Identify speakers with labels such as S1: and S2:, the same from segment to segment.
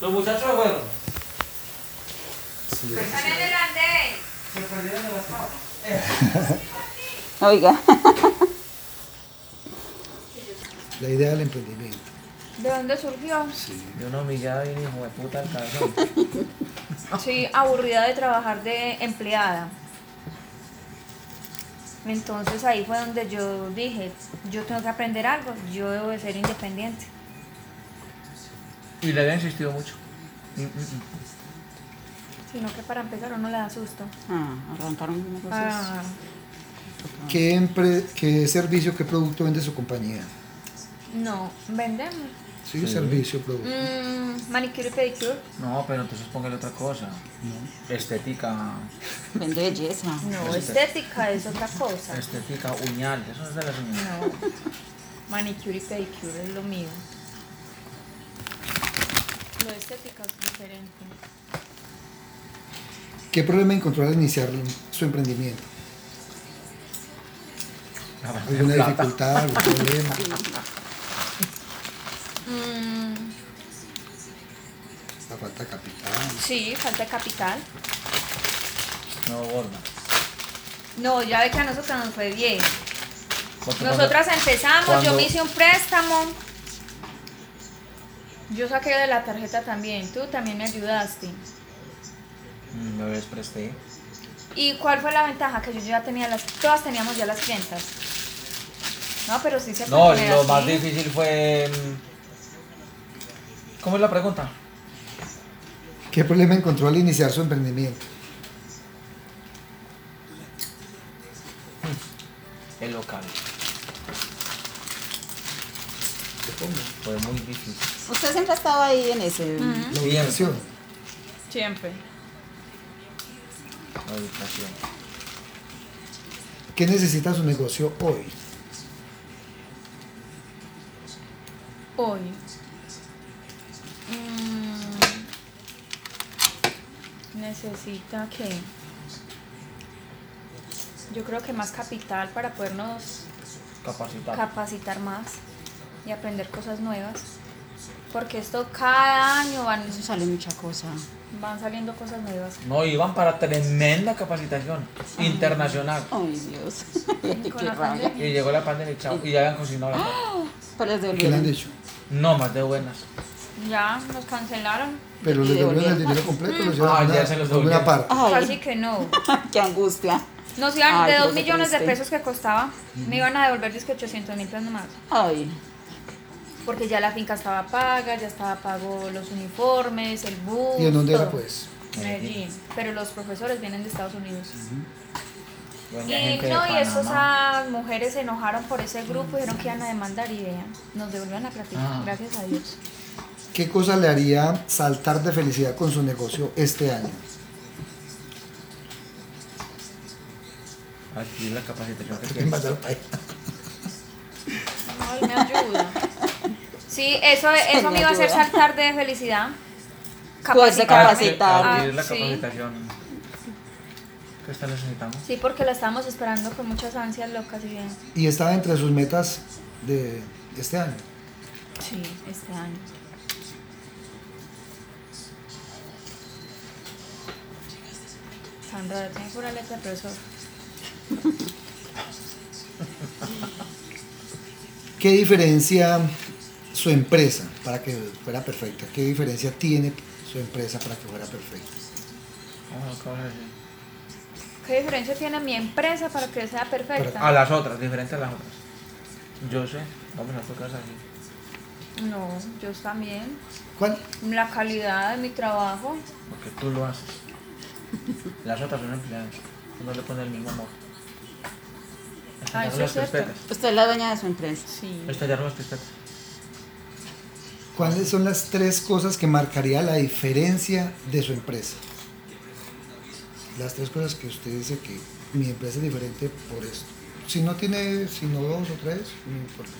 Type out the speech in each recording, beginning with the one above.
S1: Los muchachos se fueron.
S2: Están en el andén.
S1: Se perdieron de las manos.
S3: Oiga.
S4: La idea del emprendimiento.
S2: ¿De dónde surgió?
S4: Sí.
S1: De una humillada y un hijo de puta al cabezón.
S2: Soy aburrida de trabajar de empleada. Entonces ahí fue donde yo dije, yo tengo que aprender algo, yo debo de ser independiente.
S1: Y le había insistido mucho. Mm, mm, mm.
S2: Sino que para empezar uno le da susto.
S3: Ah, arrancaron negocios.
S2: Ah,
S4: ¿Qué, empre- qué servicio, qué producto vende su compañía?
S2: no, vendemos.
S4: Sí, servicio, producto.
S2: Mm, manicure y pedicure.
S1: No, pero entonces póngale otra cosa. Estética,
S3: Vende belleza.
S2: No, estética es otra cosa.
S1: estética, uñal. Eso es de las uñas.
S2: No. Manicure y pedicure es lo mío. Lo estética es diferente.
S4: ¿Qué problema encontró al iniciar su emprendimiento? ¿Alguna dificultad, algún problema?
S2: Mm,
S4: La falta de capital.
S2: sí, falta de capital.
S1: No, gorda.
S2: No, ya ve que a nosotros nos fue bien.
S1: Porque
S2: Nosotras empezamos,
S1: cuando-
S2: yo me hice un préstamo. Yo saqué de la tarjeta también, tú también me ayudaste.
S1: cuando- Mm, Me ves presté.
S2: ¿Y cuál fue la ventaja? Que yo ya tenía las, todas teníamos ya las clientas. No, pero sí se
S1: No,
S2: puede
S1: lo
S2: así.
S1: más difícil fue. mm, ¿Cómo es la pregunta?
S4: ¿Qué problema encontró al iniciar su emprendimiento?
S1: El local. Fue muy difícil.
S3: Usted siempre estaba ahí en ese.
S4: La
S1: Bien.
S4: ubicación.
S2: Siempre.
S1: La educación.
S4: ¿Qué necesita su negocio hoy?
S2: Hoy. Mm, necesita que. Yo creo que más capital para podernos
S1: Capacitar.
S2: capacitar más y aprender cosas nuevas. Porque esto cada año van,
S3: Eso sale mucha cosa.
S2: van saliendo cosas nuevas.
S1: no, iban para tremenda capacitación internacional.
S3: Ay, Dios.
S2: Y con
S3: Qué
S2: la
S3: rabia.
S1: Y llegó la pandemia, chao, y ya habían cocinado la plata.
S3: Pero les
S4: ¿Qué le han
S3: devolvieron.
S4: dicho?
S1: No, más de buenas.
S2: pandemia ya nos cancelaron.
S4: ¿Pero
S3: Le
S4: le devolvieron el
S3: devolvieron.
S4: dinero completo? ¿Lo
S1: Ah,
S4: llevaron
S1: ya
S4: a
S1: se los
S4: a una
S1: devolvieron.
S4: parte?
S2: Casi
S3: Ay,
S2: que no.
S3: qué angustia.
S2: Nos iban
S3: Ay,
S2: de
S3: pero
S2: 2
S3: qué
S2: millones de
S3: triste.
S2: pesos que costaba, me iban a devolver disque 800 mil pesos más.
S3: Ay,
S2: Porque ya la finca estaba paga, ya estaba pago los uniformes, el bus.
S4: ¿Y en dónde era
S2: todo.
S4: pues?
S2: Medellín. Pero los profesores vienen de Estados Unidos.
S1: Doña
S2: Y
S1: gente de
S2: no, y
S1: Panamá.
S2: esas ah, mujeres se enojaron por ese grupo, dijeron que iban a demandar y vean, nos devolvieron la platica,
S1: Ah.
S2: gracias a Dios.
S4: ¿Qué cosa le haría saltar de felicidad con su negocio este año?
S1: Aquí la capacitación que
S4: ¿Qué
S1: tiene.
S4: más da el país?
S2: Ay, me ayuda. Sí, eso, eso me iba a hacer
S3: ayuda.
S2: saltar de felicidad.
S3: Poderse
S2: Capacitar.
S3: capacitar.
S1: Abrir la
S2: Ah, sí.
S1: capacitación. ¿Qué está necesitando?
S2: Sí, porque la estábamos esperando con muchas ansias locas y bien.
S4: Y estaba entre sus metas de este año.
S2: Sí, este año. Sandra, tiene pura letra, pero eso.
S4: ¿Qué diferencia su empresa para que fuera perfecta? ¿Qué diferencia tiene su empresa para que fuera perfecta?
S1: Vamos a acabar así.
S2: ¿Qué diferencia tiene mi empresa para que sea
S1: A
S2: perfecta?
S1: las otras, diferente a las otras. Yo sé, vamos a tocar así.
S2: No, yo también.
S4: ¿Cuál?
S2: La calidad de mi trabajo.
S1: Porque tú lo haces. Las otras son empleadas. Tú no le pones el mismo amor.
S2: Ah,
S1: Estallar
S2: eso
S1: las
S2: es cierto.
S1: crispetas.
S3: usted es la dueña de su empresa.
S2: Sí.
S1: Estallar las crispetas.
S4: ¿Cuáles son las tres cosas que marcaría la diferencia de su empresa? Las tres cosas que usted dice que mi empresa es diferente por esto. Si no tiene, si no dos o tres, no importa.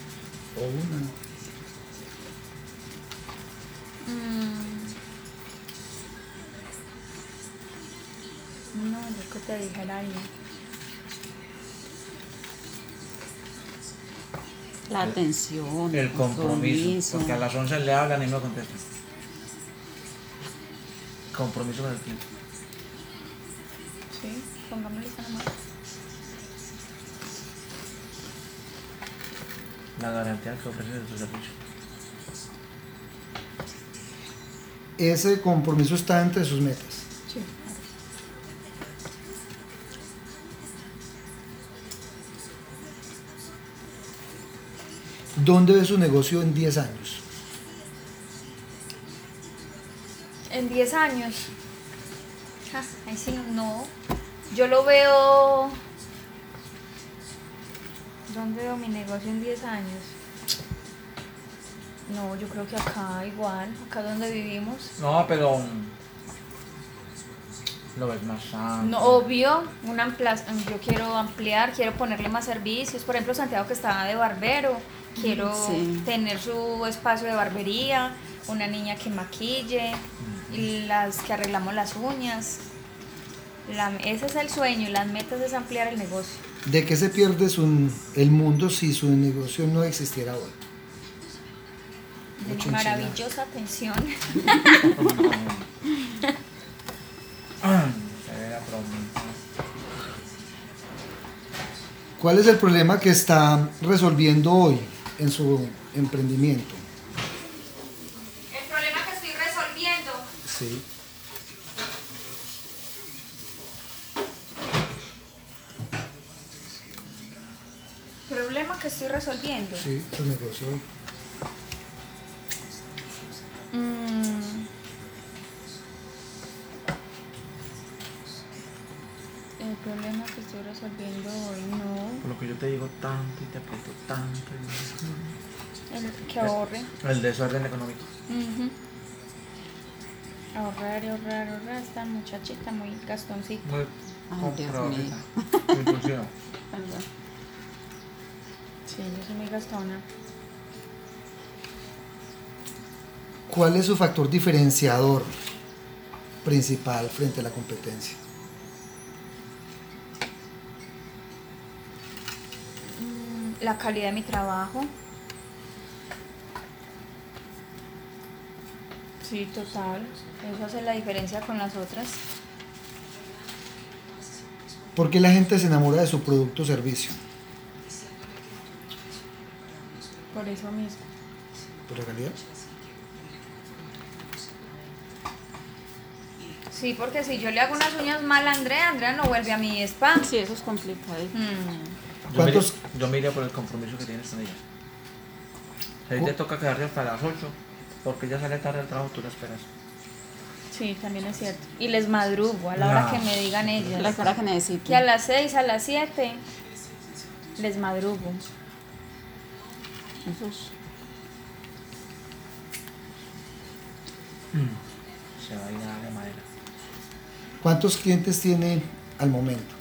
S4: O una.
S2: Mm. No, lo que te dijera ahí.
S3: La atención.
S1: El compromiso. Porque a las 11 le hablan y no contestan. compromiso con el cliente.
S2: Sí, pongámosle esa nomás.
S1: La garantía que ofrece el servicio.
S4: Ese compromiso está entre sus metas.
S2: Sí.
S4: ¿Dónde ve su negocio en 10 años?
S2: En 10 años. Ja, Ah, ahí sí, no. Yo lo veo. ¿Dónde veo mi negocio en 10 años? No, yo creo que acá igual, acá donde vivimos.
S1: No, pero. mm, Lo ves más sano.
S2: No, obvio, una ampla- yo quiero ampliar, quiero ponerle más servicios. Por ejemplo, Santiago que estaba de barbero, quiero
S3: Sí.
S2: tener su espacio de barbería, una niña que maquille, y las que arreglamos las uñas. La- ese es el sueño y las metas es ampliar el negocio.
S4: ¿De qué se pierde su- el mundo si su negocio no existiera hoy?
S2: De mi
S4: Mucho
S2: maravillosa atención.
S1: um, Se ve la promesa.
S4: ¿Cuál es el problema que está resolviendo hoy en su emprendimiento?
S2: El problema que estoy resolviendo.
S4: Sí.
S2: Problema que estoy resolviendo.
S4: Sí, su negocio.
S2: Mm. El problema que estoy resolviendo hoy no.
S1: Por lo que yo te digo tanto y te aprieto tanto. y-
S2: El que ahorre.
S1: El desorden económico.
S2: Ujú. Ahorrar, y ahorrar, ahorrar. Esta muchachita muy gastoncita.
S1: Muy
S3: Ay, Dios
S1: compromesa. Impulsiva.
S3: Perdón.
S2: Sí, yo soy muy gastona.
S4: ¿Cuál es su factor diferenciador principal frente a la competencia?
S2: Mm, La calidad de mi trabajo. Sí, total. Eso hace la diferencia con las otras.
S4: ¿Por qué la gente se enamora de su producto o servicio?
S2: Por eso mismo.
S4: ¿Por la calidad?
S2: Sí, porque si yo le hago unas uñas mal a Andrea, Andrea no vuelve a mi spa.
S3: Sí, eso es complicado.
S2: Mm,
S1: Yo me,
S4: ¿Cuántos-
S1: yo me iría por el compromiso que tienes con ella. Si ahí
S4: ¿Cu-
S1: te toca quedarte hasta las 8, porque ella sale tarde al trabajo, tú la esperas.
S2: sí, también es cierto. Y les madrugo a la hora
S1: Ah.
S2: que me digan ellas.
S3: Mm. La cara que necesito.
S2: Que a las 6, a las 7 les madrugo.
S3: Eso es.
S1: Se va a ir a darle madera.
S4: ¿Cuántos clientes tiene al momento?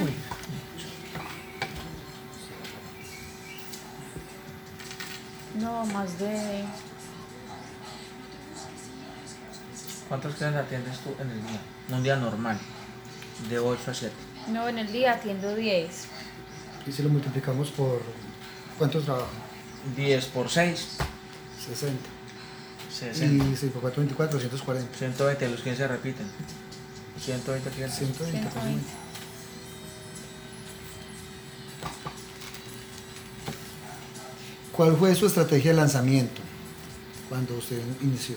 S1: Uy,
S2: No, más de.
S1: ¿Cuántos clientes atiendes tú en el día? En un día normal, de 8 a 7.
S2: No, en el día atiendo 10.
S4: Y si lo multiplicamos por cuántos trabajan?
S1: 10 por 6,
S4: 60.
S1: 60.
S4: Y 5 por 4, 24, 140.
S1: 120, los 15 repiten. 120 clientes.
S4: 120.
S2: 120.
S4: ¿Cuál fue su estrategia de lanzamiento cuando usted inició?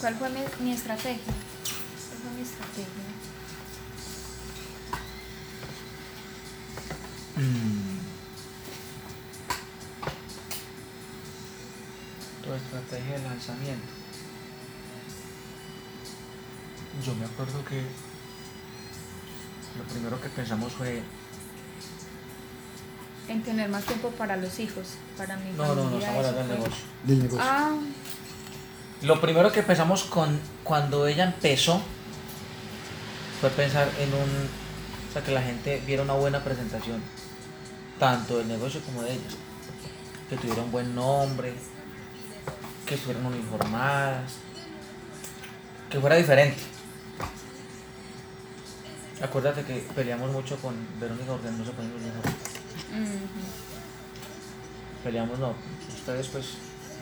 S2: ¿Cuál fue mi, mi estrategia? ¿Cuál fue mi estrategia?
S1: Mm. Tu estrategia de lanzamiento. Yo me acuerdo que lo primero que pensamos fue,
S2: En tener más tiempo para los hijos, para mi
S1: no, no, no,
S2: familia,
S1: estamos
S2: eso pues".
S1: hablando del
S2: fue.
S1: negocio.
S4: Del negocio.
S2: Ah,
S1: Lo primero que pensamos con cuando ella empezó fue pensar en un, o sea, que la gente viera una buena presentación, tanto del negocio como de ella, que tuviera un buen nombre, que estuvieran uniformadas, que fuera diferente. Acuérdate que peleamos mucho con Verónica porque no se ponían uniforme.
S2: mm,
S1: Peleamos no, ustedes pues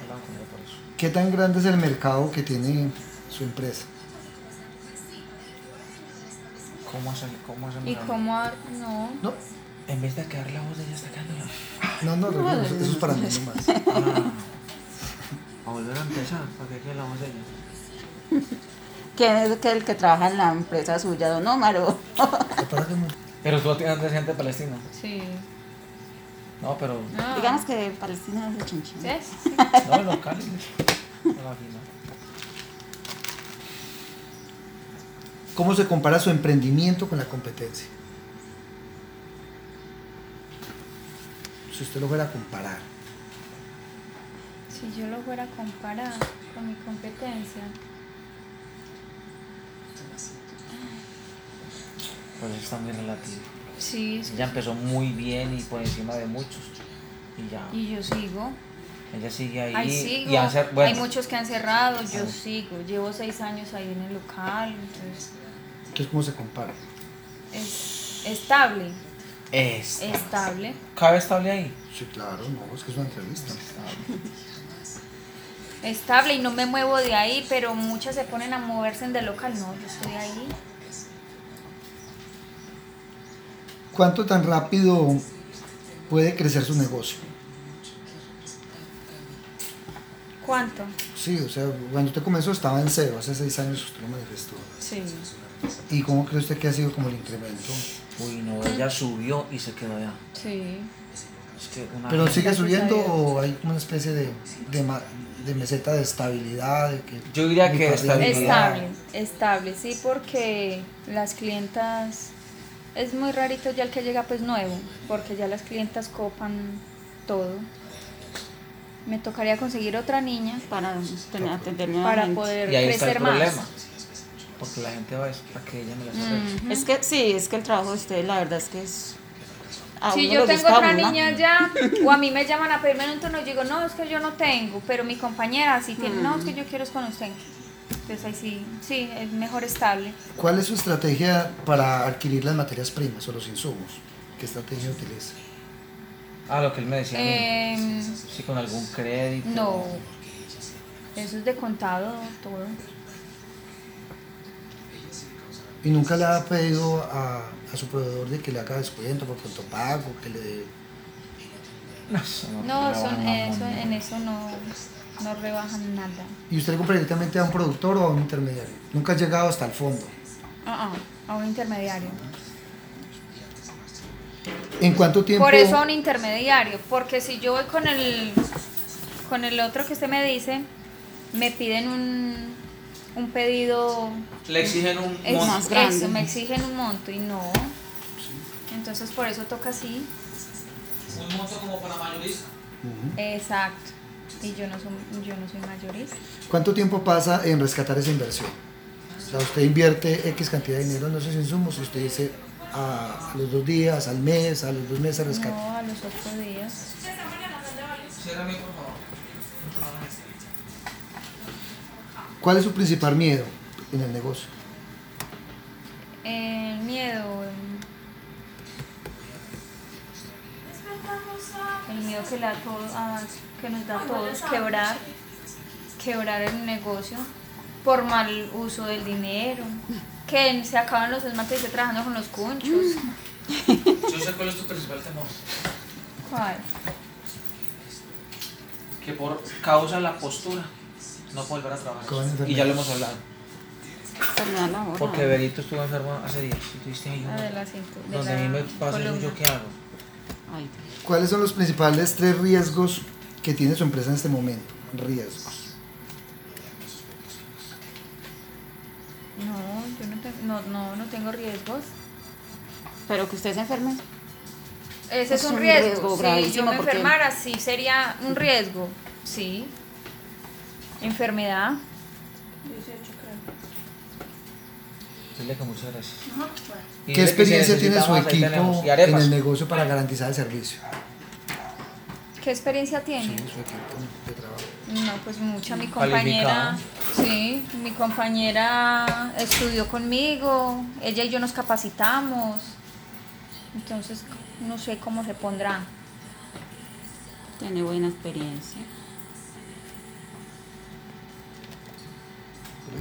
S1: hablaba con ella por eso.
S4: ¿Qué tan grande es el mercado que tiene su empresa?
S1: ¿Cómo hacerle? ¿Cómo hacerle?
S2: ¿Y cómo? ha- No.
S4: No,
S1: En vez de quedar la voz de ella sacándola.
S4: no, no,
S3: No,
S4: eso es para mí nomás.
S1: Ah, a volver a empezar, para que quede la voz de ella.
S3: ¿Quién es que el que trabaja en la empresa suya, don Omaro?
S4: Para que me-
S1: Pero tú tienes gente palestina.
S2: Sí.
S1: No, pero.
S2: No.
S3: Digamos que Palestina es de chinchín.
S2: ¿Ves?
S1: No, locales. No la fina.
S4: ¿Cómo se compara su emprendimiento con la competencia? Si usted lo fuera a comparar,
S2: Si yo lo fuera a comparar con mi competencia.
S1: Pues eso también es relativo.
S2: Sí, sí.
S1: Ella empezó muy bien y por encima de muchos. Y ya.
S2: Y yo sigo.
S1: Ella sigue ahí.
S2: Ahí sigo.
S1: Y han cer- bueno,
S2: Hay muchos que han cerrado. Yo
S1: Sí.
S2: sigo. Llevo seis años ahí en el local. Entonces,
S4: entonces ¿cómo se compara?
S2: es estable.
S1: Es.
S2: Estable.
S1: ¿Cabe estable ahí?
S4: Sí, claro, no, es que es una entrevista.
S2: Estable y no me muevo de ahí, pero muchas se ponen a moverse en de local. No, yo estoy ahí.
S4: ¿Cuánto tan rápido puede crecer su negocio?
S2: ¿Cuánto?
S4: Sí, o sea, cuando usted comenzó estaba en cero, hace seis años usted lo manifestó.
S2: Sí.
S4: ¿Y cómo cree usted que ha sido como el incremento?
S1: Uy, no, ella subió y se quedó allá.
S2: Sí.
S1: Es que una.
S4: ¿Pero sigue
S2: Ah, Gracias a
S4: subiendo
S2: Dios.
S4: o hay como una especie de, de, ma- de meseta de estabilidad? de que-
S1: Yo diría
S4: ni
S1: que
S4: para arriba ni para abajo?
S2: Estable, estable, sí, porque las clientas, es muy rarito ya el que llega pues nuevo, porque ya las clientas copan todo. Me tocaría conseguir otra niña
S3: Para tener, atender
S2: para
S3: nuevamente.
S2: poder
S1: Y ahí está el
S2: crecer más.
S1: problema. Porque la gente va a para que ella me las arregle.
S2: Ujú.
S3: Es que sí, es que el trabajo de ustedes, la verdad es que es. a
S2: si
S3: uno
S2: yo
S3: le
S2: tengo
S3: gusta
S2: otra
S3: una.
S2: niña ya, o a mí me llaman a pedirme un turno, yo digo, no, es que yo no tengo, pero mi compañera sí tiene, no, es
S3: Mm.
S2: que yo quiero es con usted. Entonces ahí sí, sí, es mejor estable.
S4: ¿Cuál es su estrategia para adquirir las materias primas o los insumos? ¿Qué estrategia utiliza?
S1: Ah, lo que él me decía. a mí.
S2: Em,
S1: Sí, con algún crédito.
S2: No. Eso es de contado todo.
S4: ¿Y nunca le ha pedido a, a su proveedor de que le haga descuento por pronto pago, que le dé
S1: No, eso no,
S2: No, eso,
S1: trabajan la
S2: eso-
S1: moneda.
S2: en eso no, no rebajan nada.
S4: ¿Y usted le compra directamente a un productor o a un intermediario? Nunca ha llegado hasta el fondo.
S2: Ah, ah, a un intermediario.
S4: ¿En cuánto tiempo?
S2: Por eso a un intermediario, porque si yo voy con el con el otro que usted me dice, me piden un, un pedido
S1: Le exigen un
S2: es-
S1: monto.
S3: más grande.
S2: eso, me exigen un monto y no. Entonces por eso toca así.
S1: Un monto como para mayorista.
S4: Ujú.
S2: Exacto. Y yo no soy, yo no soy mayorista.
S4: ¿Cuánto tiempo pasa en rescatar esa inversión? O sea, usted invierte X cantidad de dinero en esos insumos y usted dice "Ah, a, a los dos días, al mes, a los dos meses rescata.
S2: No, a los ocho días.
S1: Cierrame, por favor.
S4: ¿Cuál es su principal miedo en el negocio?
S2: El miedo. em, El miedo que, le da todo, a- que nos da a todos, quebrar, quebrar el negocio por mal uso del dinero, que se acaban los esmates y esté trabajando con los cunchos.
S1: Yo sé cuál es tu principal temor.
S2: ¿Cuál?
S1: Que por causa de la postura no puedo volver a trabajar.
S4: Con enfermedad.
S1: Y ya lo hemos hablado.
S3: Enfermedad laboral.
S1: Porque Berito estuvo enfermo hace días. Y tú dijiste, ay,
S2: La Ah, de
S1: no.
S2: la cintu- de
S1: Donde
S2: la
S1: a mí me pasa eso,
S2: columna.
S1: yo qué hago.
S3: Ay,
S4: ¿Cuáles son los principales tres riesgos que tiene su empresa en este momento? Riesgos.
S2: No, yo no, tengo- no, no, no tengo riesgos.
S3: pero que usted se enferme.
S2: Ese es,
S3: Es
S2: un
S3: un
S2: riesgo.
S3: riesgo
S2: si yo
S3: gravísimo
S2: me
S3: porque-
S2: enfermara, sí sería un riesgo. Sí. Enfermedad.
S1: Dile que muchas gracias. Y
S4: ¿Qué
S1: dile que si
S4: experiencia tiene su
S1: necesitamos, ahí
S4: equipo
S1: tenemos. Y
S4: en
S1: arepas.
S4: el negocio para garantizar el servicio?
S2: ¿Qué experiencia tiene?
S4: Sí, su equipo de trabajo.
S2: No, pues mucha. Mi compañera. Sí, mi compañera estudió conmigo. Ella y yo nos capacitamos. Entonces, no sé cómo se pondrá.
S3: Tiene buena experiencia.